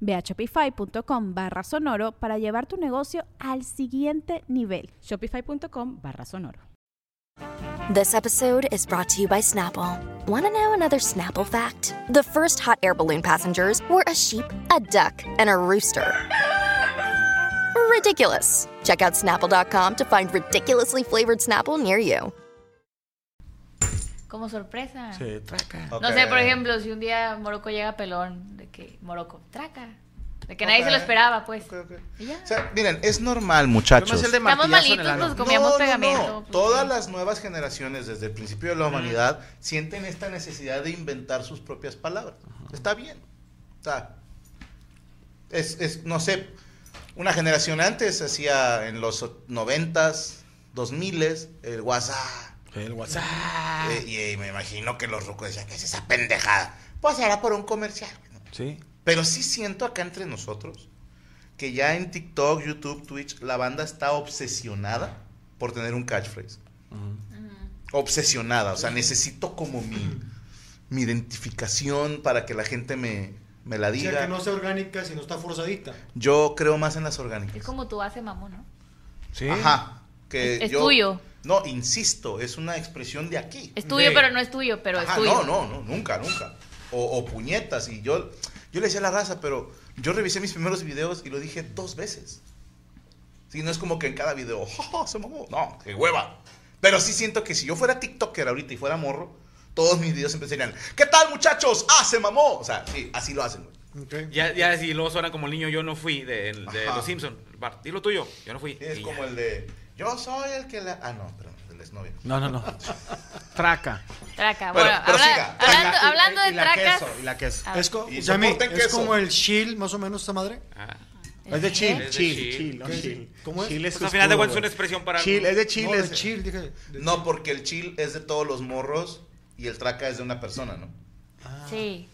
Ve a shopify.com barra sonoro para llevar tu negocio al siguiente nivel. Shopify.com barra sonoro. This episode is brought to you by Snapple. Want to know another Snapple fact? The first hot air balloon passengers were a sheep, a duck, and a rooster. Ridiculous. Check out snapple.com to find ridiculously flavored Snapple near you. Como sorpresa. Sí, traca. No sé, por ejemplo, si un día Morocco llega pelón, de que Morocco, traca. De que nadie Ok. se lo esperaba, pues. Ok, ok. Y ya. O sea, miren, es normal, Yo me muchachos. hacía el de Estamos martillazo en el malitos, ano. nos comíamos pegamento. pues, Todas sí. las nuevas generaciones desde el principio de la humanidad sienten esta necesidad de inventar sus propias palabras. Está bien. O sea, es, es, no sé, una generación antes hacía en los noventas, dos miles, el WhatsApp. El WhatsApp. Eh, y, eh, me imagino que los rucos decían, ¿qué es esa pendejada? Pues era por un comercial. ¿no? Sí. Pero sí siento acá entre nosotros que ya en TikTok, YouTube, Twitch, la banda está obsesionada por tener un catchphrase. Obsesionada, o sea, necesito como mi, mi identificación para que la gente me, me la O sea, diga. que no sea orgánica, sino está forzadita. Yo creo más en las orgánicas. Es como tú haces, mamón, ¿no? Sí. Ajá. Que Es- es yo- tuyo. No, insisto, es una expresión de aquí. Es tuyo, Sí. pero no es tuyo, pero es Ajá, tuyo. no, no, no, nunca, nunca. O, o puñetas. Y yo, yo le decía a la raza, pero yo revisé mis primeros videos y lo dije dos veces. Si no es como que en cada video, "Oh, se mamó. No, qué hueva. Pero sí siento que si yo fuera TikToker ahorita y fuera morro, todos mis videos empezarían, ¿qué tal muchachos? ¡Ah, se mamó! O sea, sí, así lo hacen. güey. Ya, ya, si luego suena como el niño, yo no fui de, de Ajá. Los Simpsons. Bart, di lo tuyo, yo no fui. Es Y como ya. el de, yo soy el que la... Ah, no, perdón, el exnovio. No, no, no. Traca. Traca. Bueno, Bueno, pero habla- siga. hablando, Y la- y- hablando de y la tracas. queso, y la queso. Ah, Es, co- Y Yami, soporten es queso. como el shield, más o menos, esta madre. Ah. ¿eh? Es de chill, Es de chill, chill. chill, no ¿Qué? chill. ¿Cómo es? Chill Pues su al final de escudo, cuentas es una güey. expresión para. Chill, es de chill. No, es- el shield, dije. de- No, porque el chill es de todos los morros y el traca es de una persona, ¿no? Sí.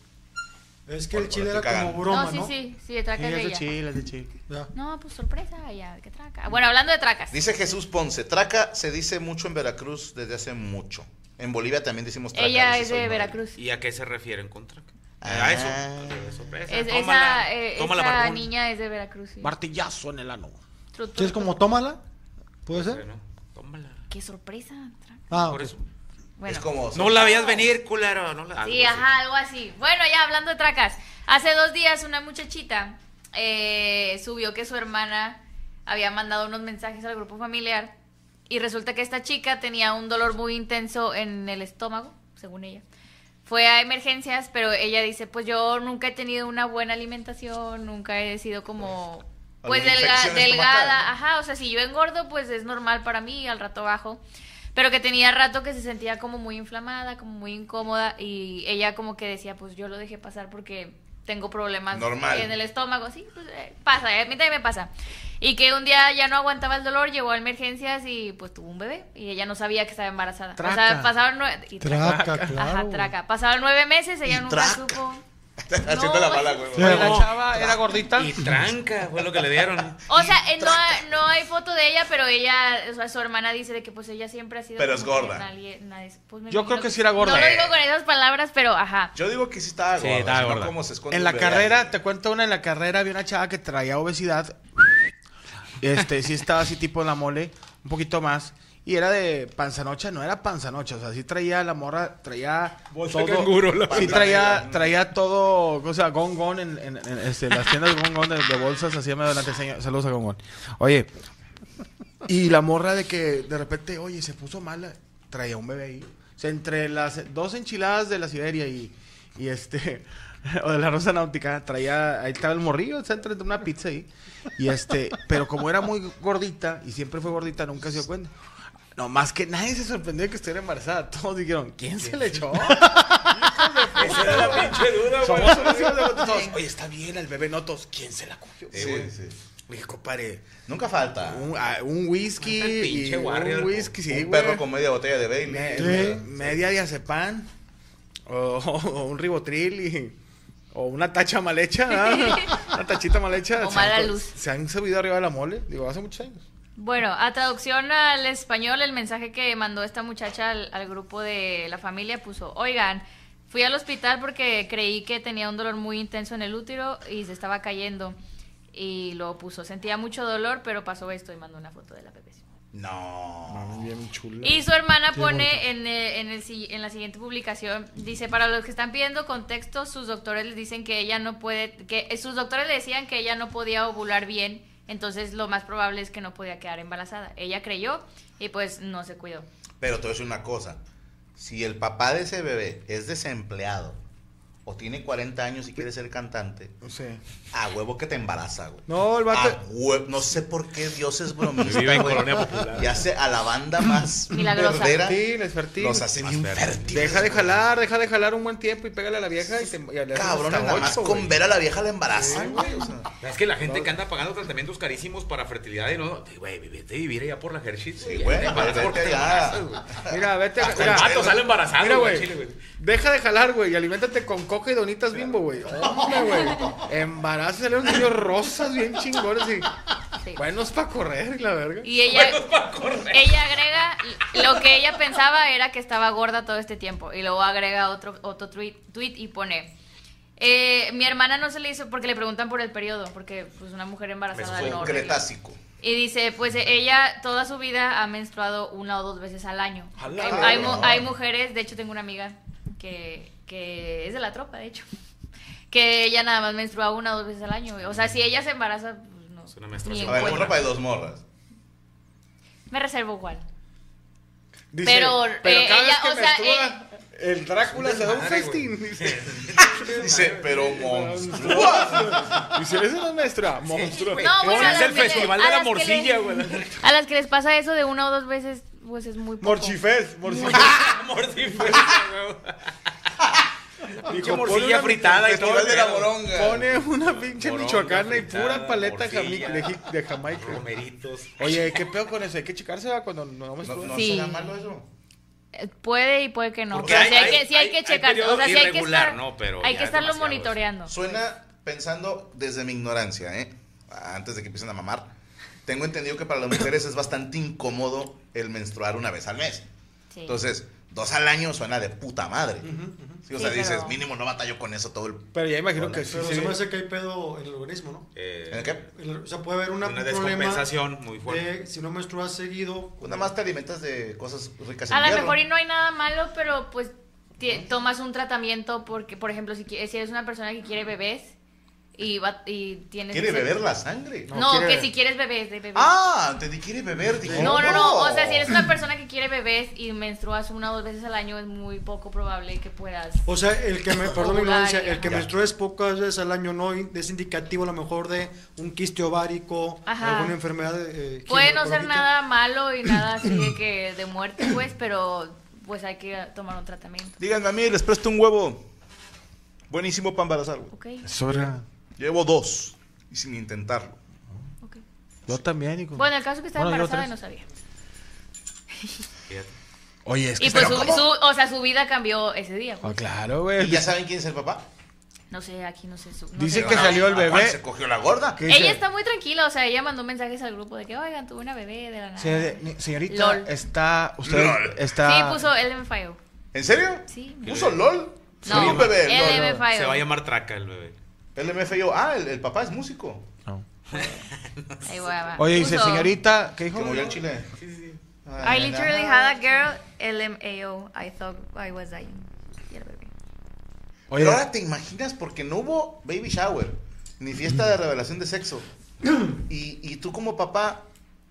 Es que el Por- chill por era estoy cagando. como broma, no, sí, ¿no? sí, sí, de traca Sí, es de es de ella. chill, es de chill. Ya. No, pues sorpresa, ya, qué traca. Bueno, hablando de tracas. Dice Jesús Ponce, traca se dice mucho en Veracruz desde hace mucho. En Bolivia también decimos traca. ella dice, es "Soy de madre". Veracruz. ¿Y a qué se refieren con traca? Ah. A eso. a sorpresa. Es- Tómala, esa eh, tómala, esa barbón. niña es de Veracruz. sí. Martillazo en el ano. Tru, tru, Sí, es tru. como tómala. ¿Puede ser? Bueno, tómala. Qué sorpresa, traca. Ah, Por ok. eso. Bueno. Es como... No la veías venir, culero. No la, Sí, algo así. ajá, algo así. Bueno, ya hablando de tracas. Hace dos días una muchachita eh, subió que su hermana había mandado unos mensajes al grupo familiar y resulta que esta chica tenía un dolor muy intenso en el estómago, según ella. Fue a emergencias, pero ella dice, pues yo nunca he tenido una buena alimentación, nunca he sido como... Pues Alguna delga- infección delgada, estomacal, ¿no? ajá, o sea, si yo engordo, pues es normal para mí, al rato bajo pero que tenía rato que se sentía como muy inflamada, como muy incómoda y ella como que decía, pues yo lo dejé pasar porque tengo problemas Normal. en el estómago, sí, pues eh, pasa, eh, a mí también me pasa. Y que un día ya no aguantaba el dolor, llegó a emergencias y pues tuvo un bebé y ella no sabía que estaba embarazada. O sea, Traca. pasaron nueve... y Traca, Ajá, claro. traca. Pasaron nueve meses, ella Y nunca traca. supo. Haciendo No, la pues- mala, güey. Oye, No. la chava era gordita. Y tranca, fue lo que le dieron. O sea, eh, no, ha- no hay foto de ella, pero ella, o sea, su hermana dice de que pues ella siempre ha sido... Pero es como que gorda. nadie- nadie- pues, me Yo imagino creo que sí era gorda. No lo digo con esas palabras, pero ajá. Yo digo que sí estaba Sí, gorda. estaba sino gorda. cómo se esconde En el la bebé. carrera, te cuento una, en la carrera había una chava que traía obesidad. Este, sí estaba así tipo en la mole, un poquito más. Y era de panzanocha, no era panzanocha, o sea, sí traía la morra, traía Bolsa canguro, la sí panza negra. traía, traía todo, o sea, gongón en, en- en, este, las tiendas gongón de, de bolsas, así me adelante, señor. saludos a gongón. Oye, y la morra de que de repente, oye, se puso mala. traía un bebé ahí. O sea, entre las dos enchiladas de la Siberia y, y este, o de la Rosa Náutica, traía, ahí estaba el morrillo, o sea, entre una pizza ahí. Y este, pero como era muy gordita y siempre fue gordita, nunca se dio cuenta. No, más que nadie se sorprendió de que estuviera embarazada. Todos dijeron, ¿quién se le echó? Esa era la pinche duda, güey. Somos unos hijos de puta. Todos, Oye, está bien, el bebé Notos. ¿Quién se la cogió? Sí, Eh, sí. güey, compadre. Nunca falta. Un, ah, un whisky. Un pinche y Warrior, un whisky, sí, un güey. perro con media botella de Bailey. Me- ¿verdad? Media diazepam. O, o un ribotril. y- o una tacha mal hecha. ¿verdad? una tachita mal hecha. O Se mala han- luz. Se han subido arriba de la mole. Digo, hace muchos años. Bueno, a traducción al español, el mensaje que mandó esta muchacha al, al grupo de la familia puso, oigan, fui al hospital porque creí que tenía un dolor muy intenso en el útero y se estaba cayendo. Y lo puso, sentía mucho dolor, pero pasó esto y mandó una foto de la bebé. No. Bien chulo. Y su hermana pone en, eh, en el si- en la siguiente publicación, dice, para los que están pidiendo contexto, sus doctores les dicen que ella no puede, que eh, sus doctores le decían que ella no podía ovular bien, entonces lo más probable es que no podía quedar embarazada. Ella creyó y pues no se cuidó. Pero te voy a decir una cosa. Si el papá de ese bebé es desempleado o tiene 40 años y quiere ser cantante, No sé. a huevo que te embaraza, güey. No, el vato- A hue- No sé por qué Dios es bromista, Vive en güey. Colonia Popular. Y hace a la banda más Milagrosa. verdadera. Fertil, es fertil. Los hace Más bien fértil. fértiles. Deja de güey. jalar, deja de jalar un buen tiempo y pégale a la vieja y te y le haces Cabrón, hasta nada más ocho, con güey. ver a la vieja la embaraza, Sí, güey. o sea. Es que la gente que anda pagando tratamientos carísimos para fertilidad y no, te- güey, vete a vivir allá por la Hershey. Sí, güey, vete allá. Mira, vete a Hasta el vato sale embarazado, Mira, güey, güey. chile, güey. Deja de jalar, güey, y aliméntate con coca y donitas bimbo, güey. Hombre, güey. Embarazos salen unos niños rosas bien chingones y Sí. buenos para correr y la verga. Y ella, ella agrega, lo que ella pensaba era que estaba gorda todo este tiempo. Y luego agrega otro, otro tweet, tweet y pone, eh, mi hermana no se le hizo, porque le preguntan por el periodo, porque pues una mujer embarazada Fue no un regla. cretácico. Y dice, pues ella toda su vida ha menstruado una o dos veces al año. Hay, ¡Hala! hay mu- hay mujeres, de hecho tengo una amiga que, que es de la tropa, de hecho, que ella nada más menstrua una o dos veces al año. O sea, si ella se embaraza, pues no. Es una ni menstruación. A en ver, cuenta. un ropa de dos morras. Me reservo cuál. Dice, Pero, eh, cada vez ella, que o me sea, eh, estorba, el Drácula se da un desmadre, festín. Dice, Dice, pero monstruo. dice, esa no es nuestra, monstruo. No, Ah, bueno, es a el las que le- festival a de la las que le- morcilla, güey. A las que les pasa eso de una o dos veces, pues es muy poco. Morchifés, morchifés. Ah, Morcilla, güey. Dijo, Pinche ponle morcilla una- fritada y todo. Festival de la pero- moronga. Pone una pinche Moronga, michoacana y pura fritada, paleta morcilla. jami- de, ji- de Jamaica. Romeritos. Oye, ¿qué pedo con eso? Hay que checarse ¿verdad? cuando no me ¿No, no Sí. será malo eso? Eh, Puede y puede que no. Porque o sea, hay- sí hay, que, hay- sí hay hay- que hay checarlo. periodo o sea, sí hay que irregular, estar, ¿no? Pero hay ya que es estarlo demasiado, güey. monitoreando. Suena pensando desde mi ignorancia, ¿eh? Antes de que empiecen a mamar. Tengo entendido que para las mujeres es bastante incómodo el menstruar una vez al mes. Sí. Entonces, dos al año suena de puta madre. Sí, o Sí, sea, pero- dices, mínimo no batallo con eso todo el. Pero ya imagino que sí. Pero sí. se me hace que hay pedo en el organismo, ¿no? Eh, ¿En el qué? El- o sea, puede haber una, Una un problema descompensación muy fuerte. de si no menstruas seguido. Pues nada más te alimentas de cosas ricas en A lo hierro. mejor y no hay nada malo, pero pues ti- tomas un tratamiento porque, por ejemplo, si, qui- si eres una persona que quiere bebés y, va- y tienes... Quiere ese- beber la sangre. No, quiere que beber. si quieres bebés, de bebés. Ah, entendí, quiere beber. Dije, No, no, no. oh. O sea, si eres una persona que quiere bebés y menstruas una o dos veces al año, es muy poco probable que puedas. O sea, el que me, perdón Ovularia. mi ignorancia, el que Ya. menstrues pocas veces al año no es indicativo a lo mejor de un quiste ovárico, Ajá. alguna enfermedad. eh, Puede no ser ginecológica. nada malo y nada así de que de muerte, pues, pero pues hay que tomar un tratamiento. Díganme a mí, les presto un huevo. Buenísimo para embarazar, güey. Ok, Sobra. Llevo dos. Y sin intentarlo. ok. Yo también, hijo. Bueno, el caso es que estaba Bueno, yo embarazada y tres. no sabía. fíjate. Oye, es que. Y pues su, Pero, su- o sea, su vida cambió ese día. ¿cómo? Ah, pues. claro, ¿Y güey. ya saben quién es el papá? No sé, aquí no sé su. no Dice sé. que Ah, salió el ¿a cuál bebé. Se cogió la gorda. ¿Qué Ella dice? está muy tranquila, o sea, ella mandó mensajes al grupo de que, oigan, tuve una bebé de la nada. Se- ni- Señorita, Lol. está. Usted Lol. está. Sí, puso LM File. ¿En serio? Sí. ¿Puso LOL? No, Sí, un bebé. LOL. LM File. Se va a llamar Traca el bebé. LMFAO. Ah, el, el papá es músico. No. Ahí va, va. Oye, dice, Puso, señorita, ¿qué dijo? Que murió en Chile. I literally had a girl, LMAO. I thought I was dying. Y era bebé. Oye, Pero ahora te imaginas porque no hubo baby shower, ni fiesta de revelación de sexo. Y, y tú como papá,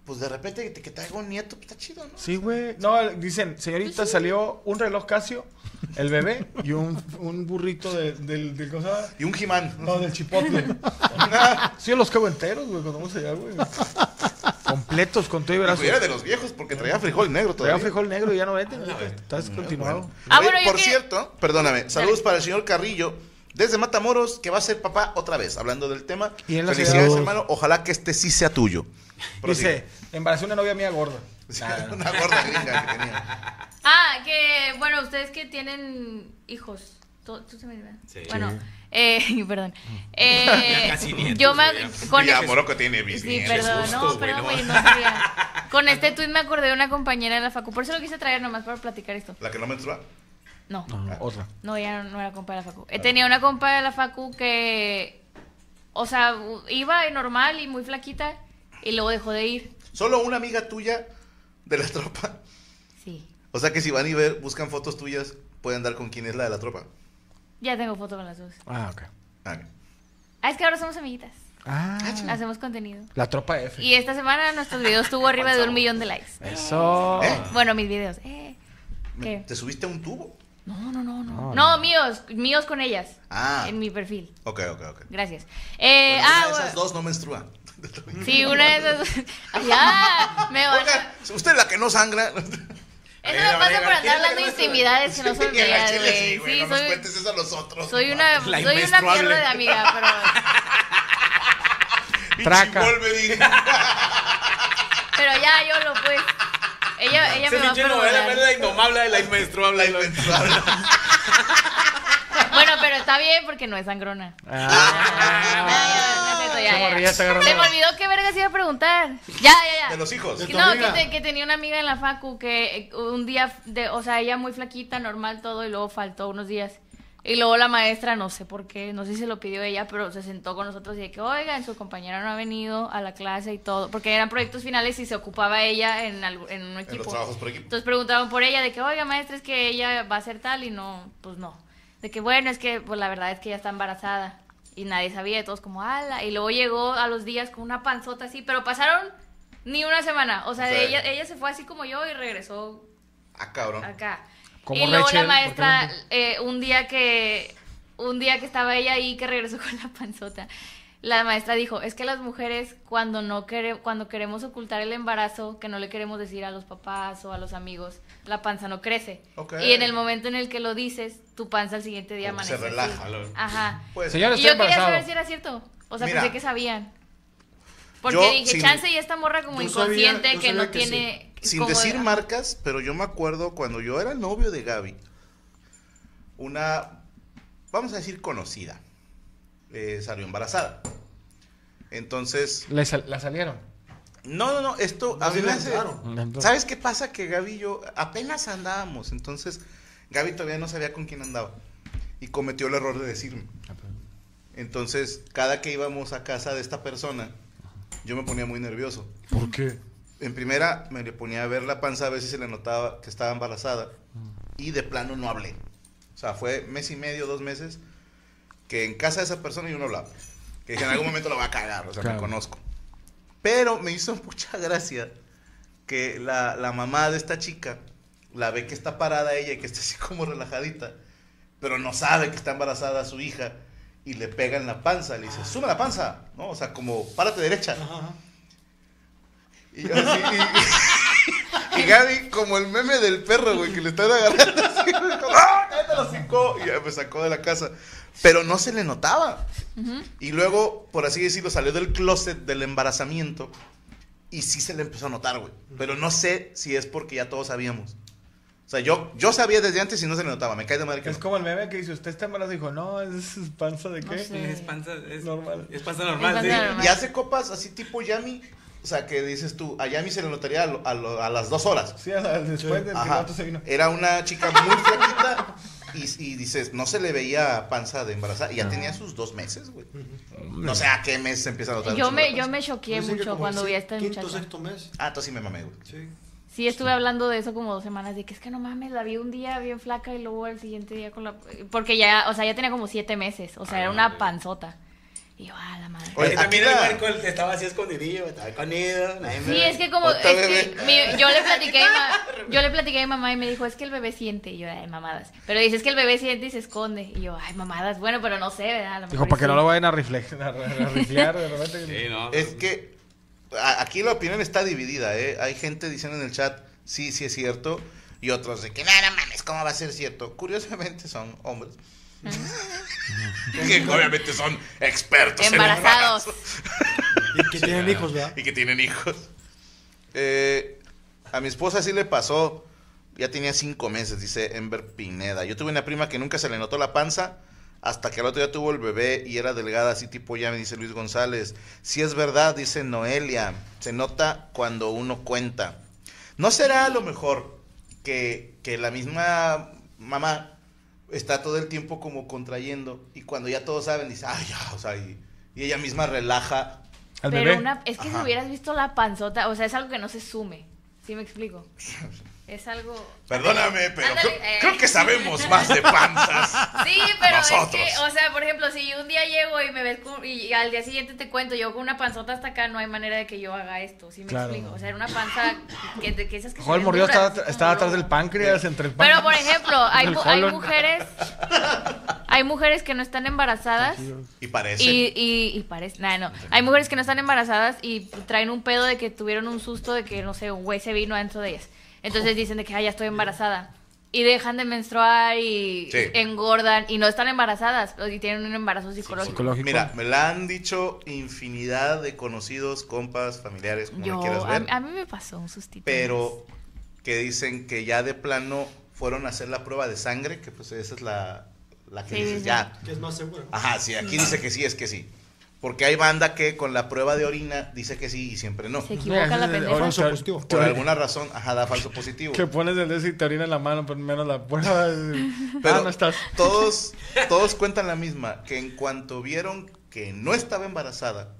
pues de repente que, te- que traiga un nieto, pues está chido, ¿no? Sí, güey. No, dicen, Pues señorita, salió un reloj Casio, el bebé, y un, un burrito de- del, del, ¿cómo se llama? Y un jimán. No, del chipotle. sí, yo los cago enteros, güey, cuando vamos allá, güey. Completos con todo y brazo. Era de los viejos porque traía frijol negro Traía todavía. frijol negro y ya no vete. Ah, güey. Estás continuado. Ah, Oye, bueno, yo por que- cierto, perdóname, saludos para el señor Carrillo desde Matamoros, que va a ser papá otra vez, hablando del tema. Y en la Felicidades, ciudad- hermano. Ojalá que este sí sea tuyo. Dice, "Ah, embarazó una novia mía gorda. Prosigue. Una gorda gringa que tenía. Ah, que bueno, ustedes que tienen hijos. to- Tú se me olvidas. Sí. Bueno, eh, perdón. Eh, Ya casi nietos, yo me. güey, ya. Con Y ya Moroco tiene Sí, bisnietos. perdón, justo, no, güey, perdón, no. güey, no sabía. Con este tuit me acordé de una compañera de la facu, por eso lo quise traer nomás para platicar esto. La que no menstrua. No, No, otra. no, ya no, no era compa de la facu. Eh, Tenía una compa de la facu que, o sea, u- iba normal y muy flaquita y luego dejó de ir. Solo una amiga tuya de la tropa. Sí, O sea que si van y ver, buscan fotos tuyas, pueden dar con quién es la de la tropa. ya tengo foto con las dos. Ah, ok. Ah, ok. Ah, es que ahora somos amiguitas, Ah, hacemos contenido. la tropa F. Y esta semana nuestros videos tuvo arriba de un millón de likes. Eso. ¿Eh? Bueno, mis videos. Eh, Oh. ¿Qué? ¿Te subiste a un tubo? No, no, no, no. No, míos, míos con ellas. Ah. En mi perfil. Ok, ok, ok. Gracias. Eh, Bueno, ah, Pues, una de esas bueno, dos no menstrua. Sí, una de esas. Ay, ya, me van a- Oiga, usted es la que no sangra. Eso Ahí la me van a pasa por llegar. andar ¿Quién es la hablando que no es- intimidades que no son Y a la mías, chile sí, güey. Sí, güey, no nos soy, cuentes eso a los otros. soy no una, mames. La soy una inmenstruable. mierda de amiga, pero, Y Traca. chingol me diga. pero ya yo lo pues. Ella, ella Ese me va a pinche novela es perdonar. la indomable, de la inmenstruable. La la- inmenstruable. Bueno, pero está bien porque no es sangrona. Ah, no, no, no, no, ya, Esa ya. morrilla está agarrando. Se me olvidó qué vergas iba a preguntar. Ya, ya, ya. De los hijos. De tu No, que, amiga. te- que tenía una amiga en la facu que eh, un día, de, o sea, ella muy flaquita, normal todo, y luego faltó unos días. Y luego la maestra, no sé por qué, no sé si se lo pidió ella, pero se sentó con nosotros y de que, oigan, su compañera no ha venido a la clase y todo, porque eran proyectos finales y se ocupaba ella en, algu- en un equipo. los trabajos por equipo. Entonces preguntaban por ella de que, oiga, maestra, es que ella va a ser tal y no, pues no. De que, bueno, es que, pues la verdad es que ella está embarazada. Y nadie sabía, y todos como, ala. Y luego llegó a los días con una panzota así, pero pasaron ni una semana. O sea, Sí. ella, ella se fue así como yo y regresó Ah, cabrón. acá. Como y luego Rachel, la maestra, eh, un día que un día que estaba ella ahí que regresó con la panzota, la maestra dijo, es que las mujeres cuando no quere- cuando queremos ocultar el embarazo, que no le queremos decir a los papás o a los amigos, la panza no crece. Ok. Y en el momento en el que lo dices, tu panza al siguiente día Como que amanece. se así. relaja. lo- Ajá. Pues, Señores, Y estoy yo quería embarazado. saber si era cierto. O sea, Mira, pensé que sabían. Porque yo dije, sin- chance y esta morra como yo sabía- inconsciente yo que sabía no que sí. tiene... sin como- decir ajá. marcas, pero yo me acuerdo cuando yo era novio de Gaby, una, vamos a decir conocida, eh, salió embarazada. Entonces, Le sal- la salieron. no, no, no, esto No a mí se me la hace- dejaron. ¿Sabes qué pasa? Que Gaby y yo apenas andábamos, entonces Gaby todavía no sabía con quién andaba y cometió el error de decirme. Entonces, cada que íbamos a casa de esta persona, yo me ponía muy nervioso. ¿Por qué? En primera, me le ponía a ver la panza a ver si se le notaba que estaba embarazada. Y de plano no hablé. O sea, fue mes y medio, dos meses, que en casa de esa persona yo no hablaba. Que dije, en algún momento la va a cagar, o sea, Claro. me conozco. Pero me hizo mucha gracia que la, la mamá de esta chica la ve que está parada ella y que está así como relajadita, pero no sabe que está embarazada su hija y le pega en la panza, le dice, suma la panza, ¿no? O sea, como, párate derecha. Y, así, y- y Gaby, como el meme del perro, güey, que le están agarrando así, güey, como, ¡ah! cállate el hocico", Y ya me sacó de la casa. Pero no se le notaba. Y luego, por así decirlo, salió del closet del embarazamiento. Y sí se le empezó a notar, güey. Pero no sé si es porque ya todos sabíamos. O sea, yo, yo sabía desde antes y no se le notaba. Me cae de madre que Es no. como el meme que dice, usted está embarazada. Dijo, no, es panza de qué. No sé. Es panza, es Normal. Es panza normal, Es sí. panza normal. Y hace copas así tipo Yami. O sea, que dices tú, a Yami se le notaría a, lo- a lo- a las dos horas. Sí, a- después del que el Ajá. vato se vino. Era una chica muy flaquita y, y dices, no se le veía panza de embarazada. Y ya tenía sus dos meses, güey. No sé a qué mes se empieza a notar. Yo un me, chingo la yo me choqué Pues Dicen que mucho como cuando el vi a esta quinto, muchacha. sexto mes. panza. Ah, entonces sí me mamé, güey. Sí. Sí, estuve hablando de eso como dos semanas, de que es que no mames, la vi un día bien flaca y luego el siguiente día con la... Porque ya, o sea, ya tenía como siete meses, o sea, era una panzota. Y yo, a la madre. Ah, Oye, Oye, también aquí el la- barco estaba así escondidillo, estaba escondido. nadie me Sí, ve. es que como es Otra que bebé. mi- yo le platiqué a mi ma- yo le platiqué a mi mamá y me dijo, "Es que el bebé siente." Y yo, "Ay, mamadas." Pero dices que el bebé siente y se esconde. Y yo, "Ay, mamadas." Bueno, pero no sé, ¿verdad? A lo Dijo, mejor para que sí. no lo vayan a riflear, a re- a riflear de repente. Sí, no. Es que a- aquí la opinión está dividida, ¿eh? Hay gente diciendo en el chat, sí, sí es cierto, y otros de que, no, no mames, ¿cómo va a ser cierto? Curiosamente son hombres. Ah. que obviamente son expertos en embarazados. embarazo Y que tienen hijos, ¿verdad? y que tienen hijos. Eh, a mi esposa sí le pasó, ya tenía cinco meses, dice Ember Pineda. Yo tuve una prima que nunca se le notó la panza hasta que al otro día tuvo el bebé y era delgada, así tipo ya me dice Luis González. Si es verdad, dice Noelia, se nota cuando uno cuenta. ¿No será a lo mejor que, que la misma mamá está todo el tiempo como contrayendo y cuando ya todos saben dice, ay, ya, o sea, y- y ella misma relaja Al pero bebé. una es que Ajá. si hubieras visto la panzota, o sea, es algo que no se sume. ¿Sí me explico? Es algo Perdóname, pero Ándale, creo, eh. creo que sabemos más de panzas. Sí, pero Nosotros. es que, o sea, por ejemplo, si yo un día llego y me ves con- y al día siguiente te cuento, yo con una panzota hasta acá, no hay manera de que yo haga esto, ¿sí me Claro. explico? O sea, era una panza que, de- que esas que se Ojo, el ven morrillo duras, estaba, así como estaba atrás lobo. del páncreas, entre el Pero, páncreas. por ejemplo, hay, del mu- hay colon. mujeres hay mujeres que no están embarazadas Y parece. y, y, y parece... Nah, no. Hay mujeres que no están embarazadas y traen un pedo de que tuvieron un susto de que, no sé, un güey se vino adentro de ellas. Entonces dicen de que, ay, ya estoy embarazada. Y dejan de menstruar y Sí. engordan y no están embarazadas y tienen un embarazo psicológico. Psicológico. Mira, me la han dicho infinidad de conocidos, compas, familiares, como Yo, le quieras a, ver. a mí me pasó un sustito. pero que dicen que ya de plano fueron a hacer la prueba de sangre, que pues esa es la, la que Sí, dices sí. ya. Que es más seguro. Ajá, sí, aquí dice que sí, es que sí. Porque hay banda que con la prueba de orina dice que sí y siempre no. Se equivoca la Mira, pendeja. ahora Falso positivo. Por alguna razón, ajá, da falso positivo. Que pones el dedo y te orina en la mano, pero menos la puerta. Pero ah, no estás. Todos, todos cuentan la misma, que en cuanto vieron que no estaba embarazada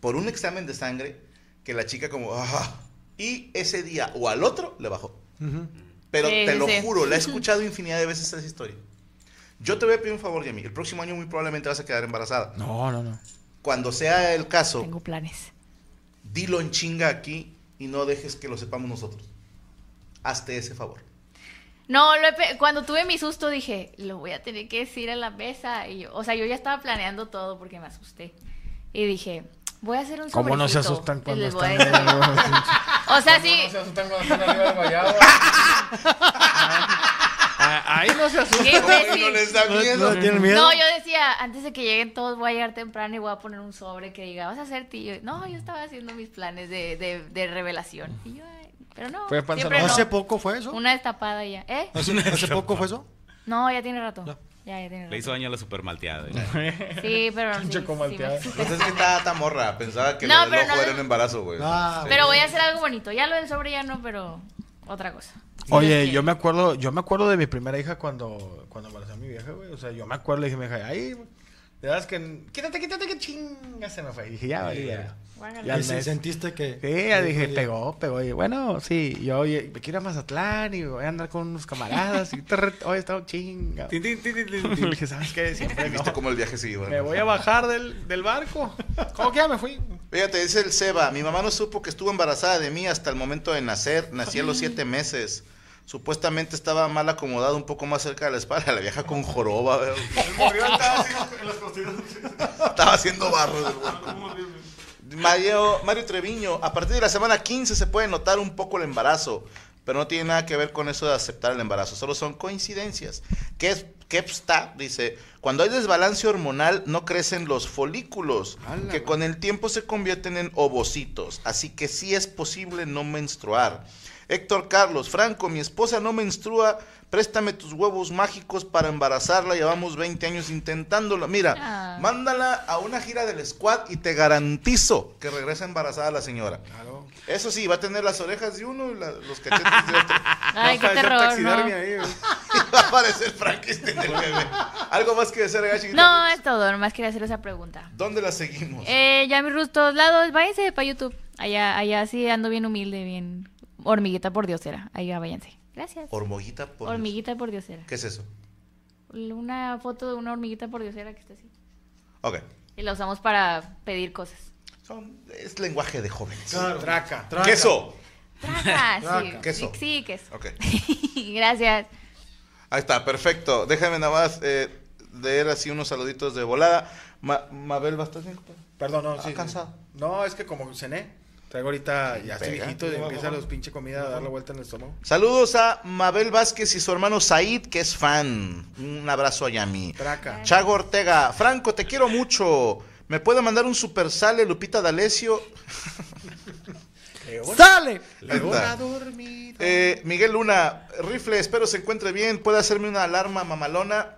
por un examen de sangre, que la chica como, "Ah", y ese día o al otro le bajó. Pero Sí, te sí, lo sí. juro, la he escuchado infinidad de veces esa historia. Yo te voy a pedir un favor, Yami. El próximo año muy probablemente vas a quedar embarazada. No, no, no. Cuando sea el caso, Tengo planes. dilo en chinga aquí y no dejes que lo sepamos nosotros. Hazte ese favor. No, lo he pe- cuando tuve mi susto dije, lo voy a tener que decir en la mesa. Y yo, o sea, yo ya estaba planeando todo porque me asusté. Y dije, voy a hacer un ¿Cómo no se sobrecito, asustan y cuando les voy están a en decir". O sea, sí, asustan cuando están arriba del guayabo? Ah, Ahí no se asustan. qué imbécil. No les da miedo. tienen No, yo decía, antes de que lleguen todos voy a llegar temprano y voy a poner un sobre que diga, vas a hacer tío. No, yo estaba haciendo mis planes de, de, de revelación. Y yo, "Ay", pero no, Fue panza siempre roja. no. ¿Hace poco fue eso? Una destapada y ya. ¿Eh? ¿Hace, hace poco fue eso? No, ya tiene rato. Ya, ya tiene rato. Le hizo daño a la supermalteada. Sí, pero sí, sí Choco me malteada. No asusté. sé, es que está tan morra. Pensaba que No, lo pero del ojo no- era un embarazo, güey. Ah, Pero voy a hacer algo bonito. Ya lo del sobre ya no, pero otra cosa. Si Dios Oye, quiere. yo me acuerdo, yo me acuerdo de mi primera hija cuando, cuando embarazó a mi vieja, güey. O sea, yo me acuerdo, le dije a mi vieja, ay, de verdad es que quítate, quítate, que chinga se me fue. Y dije, ya, vale, ya. Guácala. Ya al Y si mes. sentiste que. Sí, ya que- dije, que- pegó, pegó. Y bueno, sí, yo oye, me quiero ir a Mazatlán y voy a andar con unos camaradas. Y terre- hoy he estado chinga. Le dije, ¿sabes qué? Siempre ¿Viste no. cómo el viaje se iba? Me voy a bajar del, del barco. ¿Cómo que ya me fui? Fíjate, dice el Seba, mi mamá no supo que estuvo embarazada de mí hasta el momento de nacer, nací a los siete meses. Supuestamente estaba mal acomodada un poco más cerca de la espalda, la vieja con joroba, ¿verdad? estaba haciendo barro. del hueco. Mario, Mario Treviño, a partir de la semana 15 se puede notar un poco el embarazo, pero no tiene nada que ver con eso de aceptar el embarazo, solo son coincidencias. ¿Qué es? Kepsta dice, cuando hay desbalance hormonal no crecen los folículos, que con el tiempo se convierten en ovocitos, así que sí es posible no menstruar. Héctor Carlos, Franco, mi esposa no menstrua, préstame tus huevos mágicos para embarazarla, llevamos 20 años intentándolo. Mira, Ah. mándala a una gira del squad y te garantizo que regresa embarazada la señora. Eso sí, va a tener las orejas de uno y la- los cachetes de otro. Ay, qué terror. No. eh, Y va a aparecer Frankenstein en el bebé. Algo más que desear, Gachi. no, es todo. Nomás quería hacer esa pregunta. ¿Dónde la seguimos? Eh, ya mis rus todos lados. Váyanse para YouTube. Allá, allá sí ando bien humilde, bien. Hormiguita por diosera. Allá váyanse. Gracias. Hormoguita por Dios. Hormiguita por diosera. ¿Qué es eso? Una foto de una hormiguita por diosera que está así. Ok. Y la usamos para pedir cosas. Son- es lenguaje de jóvenes. Traca. Queso. Traca, sí. Ah, Queso. Sí, queso. Ok. Gracias. Ahí está, perfecto. Déjame nada más eh, leer así unos saluditos de volada. Ma- Mabel, ¿bastás bien? compadre? Perdón, no, Ah, sí. cansado. No, es que como cené, traigo ahorita, ya estoy Pega. viejito y Ojo, empieza ojo. los pinche comida a dar la vuelta en el estómago. Saludos a Mabel Vázquez y su hermano Said, que es fan. Un abrazo a Yami. Traca. Chago Ortega, Franco, te quiero mucho. ¿Me puede mandar un super sale, Lupita D'Alessio? Eh, Leona. ¡Sale! Ahí Leona está. dormida. Eh, Miguel Luna, rifle, espero se encuentre bien. ¿Puede hacerme una alarma mamalona?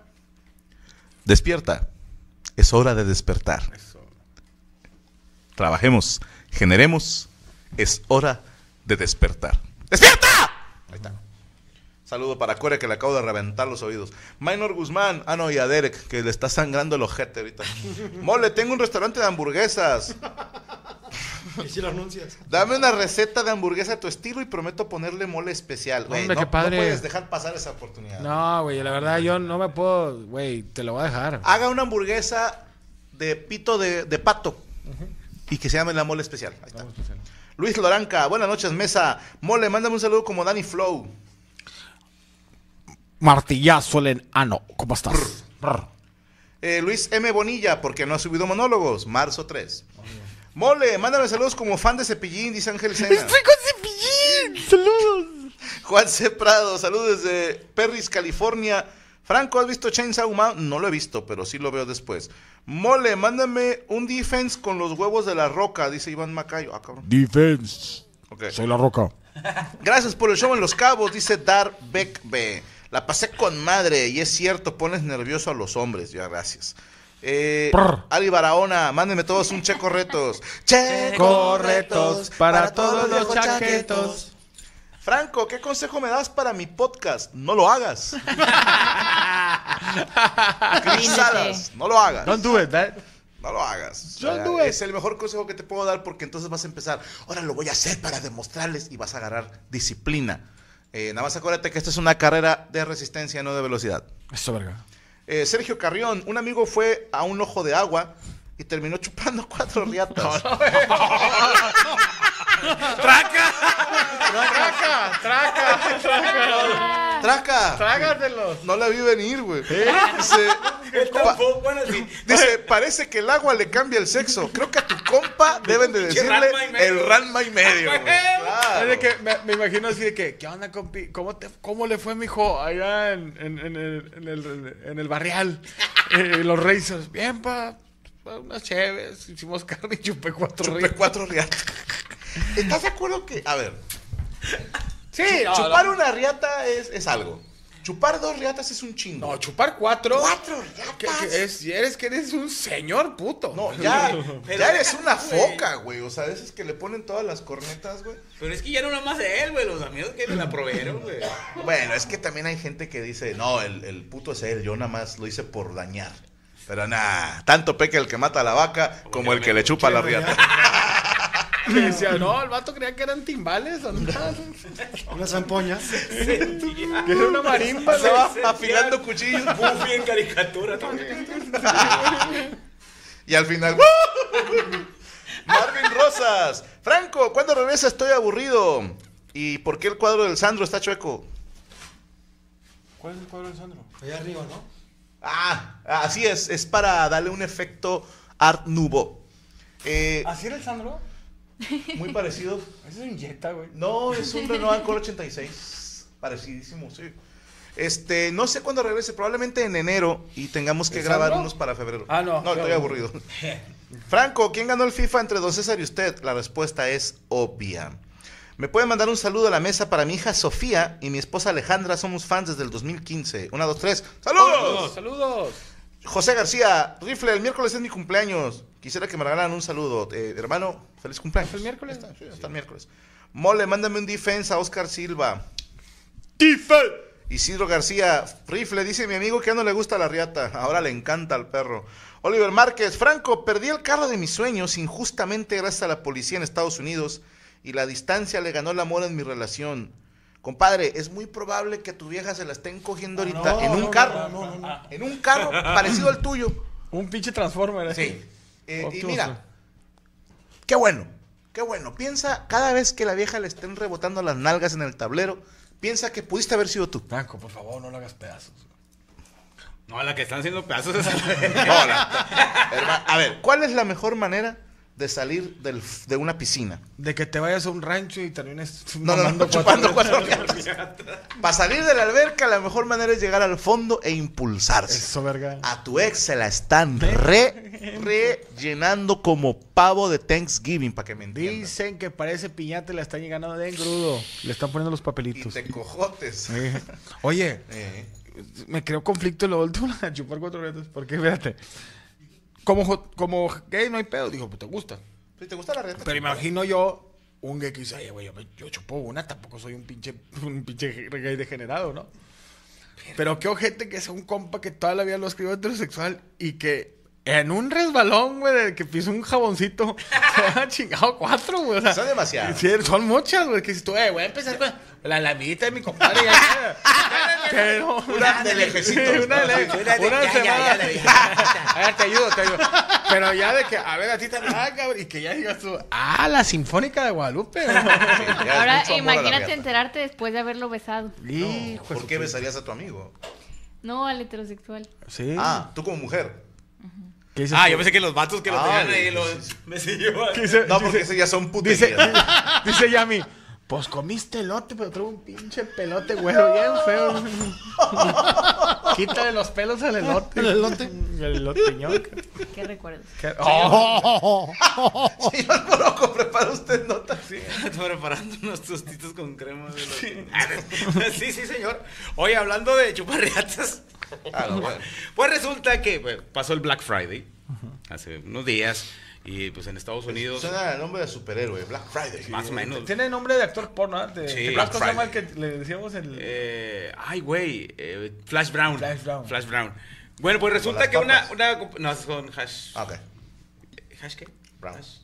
Despierta. Es hora de despertar. Trabajemos, generemos. Es hora de despertar. ¡Despierta! Ahí está. Saludo para Core que le acabo de reventar los oídos. Minor Guzmán, ah no, y a Derek que le está sangrando el ojete ahorita. Mole, tengo un restaurante de hamburguesas. Y si lo anuncias. Dame una receta de hamburguesa a tu estilo y prometo ponerle mole especial. Güey, Hombre, no, qué no padre. puedes dejar pasar esa oportunidad. No, güey, la verdad yo no me puedo, güey, te lo voy a dejar. Haga una hamburguesa de pito de, de pato y que se llame la mole especial. Ahí está. Luis Loranca, buenas noches, mesa. Mole, mándame un saludo como Danny Flow. Martillazo el Ah, enano, ¿cómo estás? Brr. Eh, Luis M. Bonilla, porque no ha subido monólogos, marzo 3. Mole, mándame saludos como fan de Cepillín, dice Ángel Sena. Saludos. Juan C. Prado, saludos desde Perris, California. Franco, ¿has visto Chainsaw Man? No lo he visto, pero sí lo veo después. Mole, mándame un defense con los huevos de la roca, dice Iván Macayo. Ah, cabrón. Defense. Ok. Soy la roca. Gracias por el show en Los Cabos, dice Dar Beck B. La pasé con madre y es cierto, pones nervioso a los hombres. Ya, gracias. Eh, Prr. Ali Barahona, mándenme todos un checo retos. Checo retos para todos los viejos chaquetos. Franco, ¿qué consejo me das para mi podcast? No lo hagas. Cris Salas, no lo hagas. Don't do it, that. No lo hagas. Yo anduve. Es el mejor consejo que te puedo dar porque entonces vas a empezar. Ahora lo voy a hacer para demostrarles y vas a agarrar disciplina. Eh, nada más acuérdate que esta es una carrera de resistencia, no de velocidad. Eso, verga. Eh, Sergio Carrión, un amigo fue a un ojo de agua y terminó chupando cuatro riatas. Traca, traca, ¡Traca! ¿Eh? trágatelos. No la vi venir, güey. Dice, pa- bueno, sí. dice, parece que el agua le cambia el sexo. Creo que a tu compa deben de Pinche decirle Ranma y medio. el ranma y medio. güey. Claro. Es de que me, me imagino así de que, ¿qué onda, compi? ¿Cómo, te- cómo le fue, mijo, allá en, en- en el, en el- en el barrial? Eh, los Razors. Bien, pa. pa, Unas chéves. Hicimos carne y chupé cuatro Chupé ríos. cuatro riatas. ¿Estás de acuerdo que.? A ver, Sí, chupar una riata es, es algo. Chupar dos riatas es un chingo. No, chupar cuatro. cuatro riatas. Que, que es, eres que eres un señor puto. No, ya, ya eres una foca, güey. O sea, de esas que le ponen todas las cornetas, güey. Pero es que ya no nomás él, güey. Los amigos que me la proveyeron, güey. Bueno, es que también hay gente que dice, no, el, el puto es él, yo nada más lo hice por dañar. Pero nada, tanto peca el que mata a la vaca como el que le chupa la riata. Le decía, no, el vato creía que eran timbales. andaban. Una zampoña. Que era una marimba. Estaba ¿no? afilando cuchillos Buffy en caricatura también. y al final. Marvin Rosas, Franco, ¿cuándo regresa? Estoy aburrido. ¿Y por qué el cuadro del Sandro está chueco? ¿Cuál es el cuadro de Sandro? Allá arriba, ¿no? Ah, así es, es para darle un efecto Art Nouveau. Eh, ¿Así era el Sandro? muy parecido. Ese es un Jetta, güey. No, es un Renault Alcor 86. Parecidísimo, sí. Este, no sé cuándo regrese, probablemente en enero y tengamos que ¿El grabar Sandro? unos para febrero. Ah, no. No, estoy Yo- aburrido. Franco, ¿quién ganó el FIFA entre Don César y usted? La respuesta es obvia. Me pueden mandar un saludo a la mesa para mi hija Sofía y mi esposa Alejandra. Somos fans desde el 2015. Una, dos, tres. ¡Saludos! Saludos. José García, rifle, el miércoles es mi cumpleaños. Quisiera que me regalaran un saludo. Eh, hermano, feliz cumpleaños. ¿Hasta el miércoles? Está, sí, hasta el miércoles. Mole, mándame un defense a Oscar Silva. Isidro García, rifle, dice mi amigo que ya no le gusta la riata. Ahora le encanta al perro. Oliver Márquez, Franco, perdí el carro de mis sueños injustamente gracias a la policía en Estados Unidos y la distancia le ganó el amor en mi relación. Compadre, es muy probable que a tu vieja se la estén cogiendo ahorita Ah, no, en un no, carro. no, no, no. En un carro parecido al tuyo. Un pinche Transformer. ¿eh? Sí. Eh, y Ocho, sí. mira, qué bueno, qué bueno. Piensa, cada vez que la vieja le estén rebotando las nalgas en el tablero, piensa que pudiste haber sido tú. Franco, por favor, no lo hagas pedazos. No, a la que están haciendo pedazos es a la- No, la- Herma- a ver, ¿cuál es la mejor manera de salir del f- de una piscina? De que te vayas a un rancho y termines No, no, no, mamando chupando cuatro- cuatro Para salir de la alberca, la mejor manera es llegar al fondo e impulsarse. Eso, verga. A tu ex se la están re, rellenando como pavo de Thanksgiving, para que me entiendas. Dicen que parece piñata y la están llegando de engrudo. Le están poniendo los Y papelitos. te cojotes. Sí. Oye, Eh, me creó conflicto lo último de chupar cuatro retos. Porque, fíjate, como, jo- como gay no hay pedo. Dijo, pues te gusta. ¿sí ¿Te gusta la reta? Pero imagino yo un gay que dice, oye, güey, yo, me- yo chupo una, tampoco soy un pinche, un pinche gay degenerado, ¿no? Pero qué ojete que sea un compa que toda la vida lo escribió heterosexual y que en un resbalón, güey, de que pisó un jaboncito, se ha chingado cuatro, güey. o sea, Son demasiadas. sí, son muchas, güey, que si tú, eh, voy a empezar con la lamita de mi compadre. ya". Pero... Una de lejecitos. Sí, una de lejecitos. Una de- Una ya, ya, semana. ya, ya, A ver, te ayudo, te ayudo. Pero ya de que, a ver, a ti te ah, cabrón, y que ya digas tú, ah, la Sinfónica de Guadalupe. Sí, ya es Ahora mucho amor a la imagínate reta. enterarte después de haberlo besado. No, Hijo de ¿Por su qué pinche- besarías a tu amigo? No al heterosexual. Sí. Ah, tú como mujer. ¿Qué dices Ah, tú? yo pensé que los vatos que lo Ay, tenían ahí sí, los. sí, Me siguió. ¿Qué dice- No, porque dice- esas ya son puterías. Dice, dice Yami, pues comiste elote, pero traigo un pinche pelote, güero, bien feo. Quítale los pelos al elote. El elote. El elote, ñoca. Qué recuerdos. Qué- ¡Oh! Señor Coloco, prepara usted notas. Estaba preparando unos tostitos con crema de los... Sí, sí, señor. Oye, hablando de chuparriatas. Ah, no, bueno. Pues resulta que pues, pasó el Black Friday hace unos días y pues en Estados Unidos Suena el nombre de superhéroe, Black Friday. más o menos. Tiene nombre de actor porno, ¿eh? ¿Te, Sí, te acuerdas Black cómo se llama el Friday. que le decíamos el... Eh, ay, güey, eh, Flash Brown. Flash Brown. Flash Brown. Bueno, pues resulta las que una, papas. una... comp- No, son hash... Ah, ok. ¿Hash qué? Brown. Hash-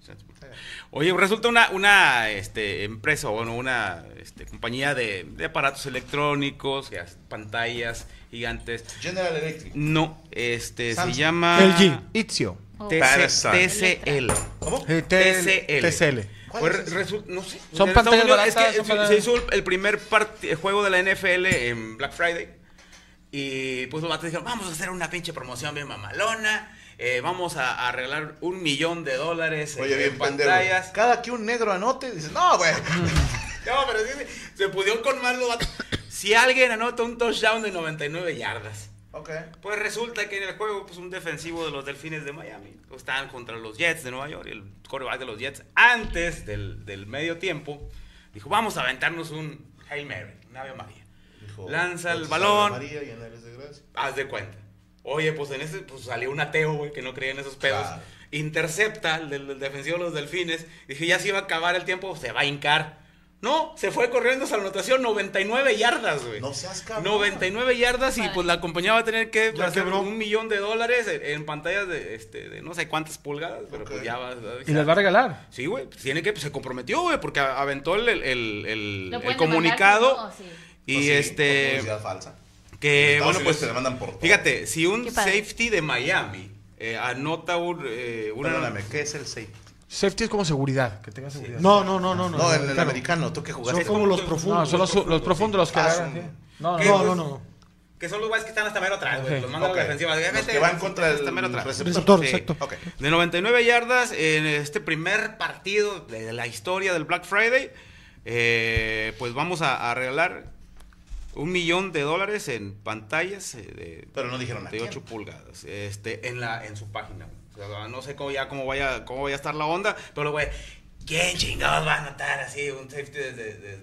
Oye, resulta una, una este, empresa, bueno, una este, compañía de, de aparatos electrónicos, ya, pantallas gigantes. General Electric. No, este, Samsung. se llama... Itzio. TC, Panasonic. TCL. ¿Cómo? Eh, TCL. TCL. ¿Cuál Pues es re- resu- no sé. En Estados Son pantallas Unidos baratas, Es que son se- pantallas- se hizo el- el primer part- juego de la NFL en Black Friday. Y pues los vatos dijeron, vamos a hacer una pinche promoción bien mamalona. eh, vamos a, a arreglar un millón de dólares en- Oye, en bien pendejo. pantallas. Cada que un negro anote, dice, no, güey. No, pero sí, se- se pudieron con más los vatos. Si alguien anota un touchdown de 99 yardas. ok. Pues resulta que en el juego, pues un defensivo de los Delfines de Miami pues, estaban contra los Jets de Nueva York y el coreback de los Jets, antes del, del medio tiempo, dijo: Vamos a aventarnos un Hail Mary, un Ave María. Dijo, Lanza el entonces, balón. Ave María, llena eres de gracia. Haz de cuenta. Oye, pues en ese pues, salió un ateo, güey, que no creía en esos pedos. Claro. Intercepta el del, del defensivo de los Delfines. Dije: Ya se iba a acabar el tiempo, se va a hincar. No, se fue corriendo hasta la anotación 99 yardas, güey. No seas cabrón. 99 yardas y pues la compañía va a tener que Ya hacer quebró. un millón de dólares en, en pantallas de, este, de no sé cuántas pulgadas, pero Ok. pues ya va. va- Y les va a regalar. Sí, güey, pues, tiene que, pues, se comprometió, güey, porque a- aventó el, el- el- el- ¿Lo el pueden comunicado demandar? No, Oh, sí. y Pues sí, por este, publicidad falsa. En que, Estados bueno, Unidos pues, te demandan por todo. fíjate, si un Qué padre. safety de Miami eh, anota un, eh, una- Perdóname, ¿qué es el safe? Safety es como seguridad, que tenga seguridad. No, no, no, no. No, No, en el americano, tú que Son jugaste. como los profundos. No, son los, los profundos los que Ah, agarran, son- sí. No, ¿Qué? No, no, no. que son los güeyes que están hasta mero atrás, güey, Ok. los mandan a Ok. la defensiva. Los Vete, que van contra hasta el mero atrás. receptor. Receptor, Sí. exacto. Ok. De 99 yardas en este primer partido de la historia del Black Friday, eh, pues vamos a, a regalar un millón de dólares en pantallas eh, de, Pero no dijeron a de quién. 8 pulgadas este, en, la, en su página. O sea, no sé cómo, ya, cómo, vaya, cómo vaya a estar la onda, pero güey, ¿quién chingados va a anotar así un safety desde...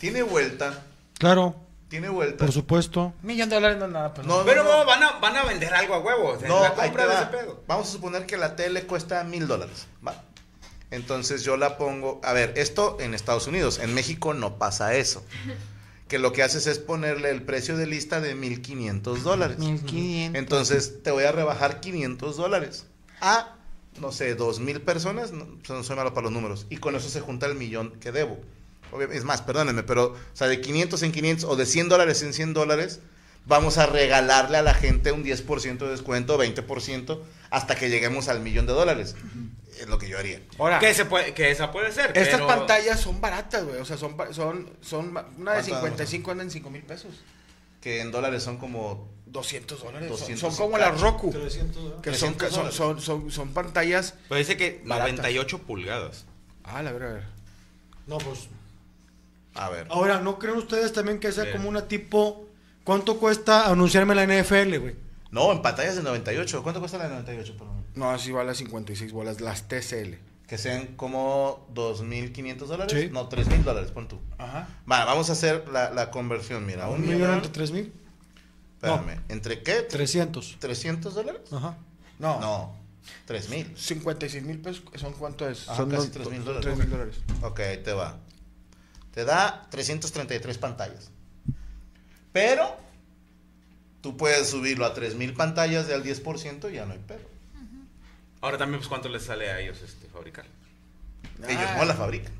Tiene vuelta, Claro, tiene vuelta. por supuesto. Millón de dólares no es nada, pues. No, Pero no, no, van a, van a vender algo a huevos. No, la ahí compra te de va. ese pedo. Vamos a suponer que la tele cuesta mil dólares. ¿va? Entonces yo la pongo. A ver, esto en Estados Unidos. En México no pasa eso. Que lo que haces es ponerle el precio de lista de 1500 dólares. 1500. Entonces te voy a rebajar 500 dólares a, no sé, 2000 personas. No, no soy malo para los números. Y con eso se junta el millón que debo. Obvia- Es más, perdónenme, pero, o sea, de 500 en 500 o de 100 dólares en 100 dólares, Vamos a regalarle a la gente un 10% de descuento, 20%, hasta que lleguemos al millón de dólares. Es lo que yo haría. Ahora, Que, se puede, que esa puede ser. estas pero- pantallas son baratas, güey. O sea, son, ba- son, son ba- una de ¿Cuánto vamos a- 55 andan en 5 mil pesos. Que en dólares son como 200 dólares. son- 200 son como las cacho. Roku. 300 dólares. Que son, 300 son, son, son, son pantallas. Pero dice que Baratas. 98 pulgadas. Ah, la verdad. No, pues. A ver. Ahora, ¿no creen ustedes también que sea Mira. como una tipo. ¿Cuánto cuesta anunciarme la NFL, güey? No, en pantallas de 98. ¿Cuánto cuesta la de 98? Perdón? No, así va las 56 bolas, las TCL. Que sean como 2.500 dólares. Sí. No, 3.000 dólares, pon tú. Ajá. Va, vamos a hacer la, la conversión, mira. Un Un millón millón. entre tres mil. Espérame. ¿Entre qué? 300. ¿300 dólares? Ajá. No. No, 3.000. 56 mil pesos, ¿son cuánto es? Ah, Ajá, son casi dos- 3,000 dos- dólares. 3,000 dólares. Ok, ahí te va. Te da 333 pantallas. Pero tú puedes subirlo a 3000 pantallas de al 10% y ya no hay pero. Ahora también, pues, ¿cuánto les sale a ellos este, fabricar? Ellos no la fabrican.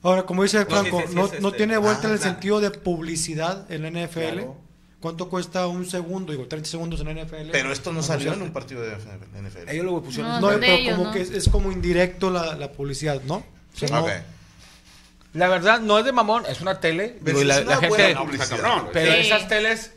Ahora, como dice sí, Franco, sí, sí, no, es no este. tiene vuelta Ah, en el claro. sentido de publicidad en la NFL. Claro. ¿Cuánto cuesta un segundo? Digo, 30 segundos en la NFL. Pero esto no Anunciarte. salió en un partido de NFL. Ellos luego pusieron. No, No, son de pero ellos, como ¿no? que es, es como indirecto la, la publicidad, ¿no? O sea, no- Ok. La verdad, no es de mamón, es una tele. Pero digo, y es la, una la buena gente. publicidad. Está cabrón, güey. Pero Sí. esas teles.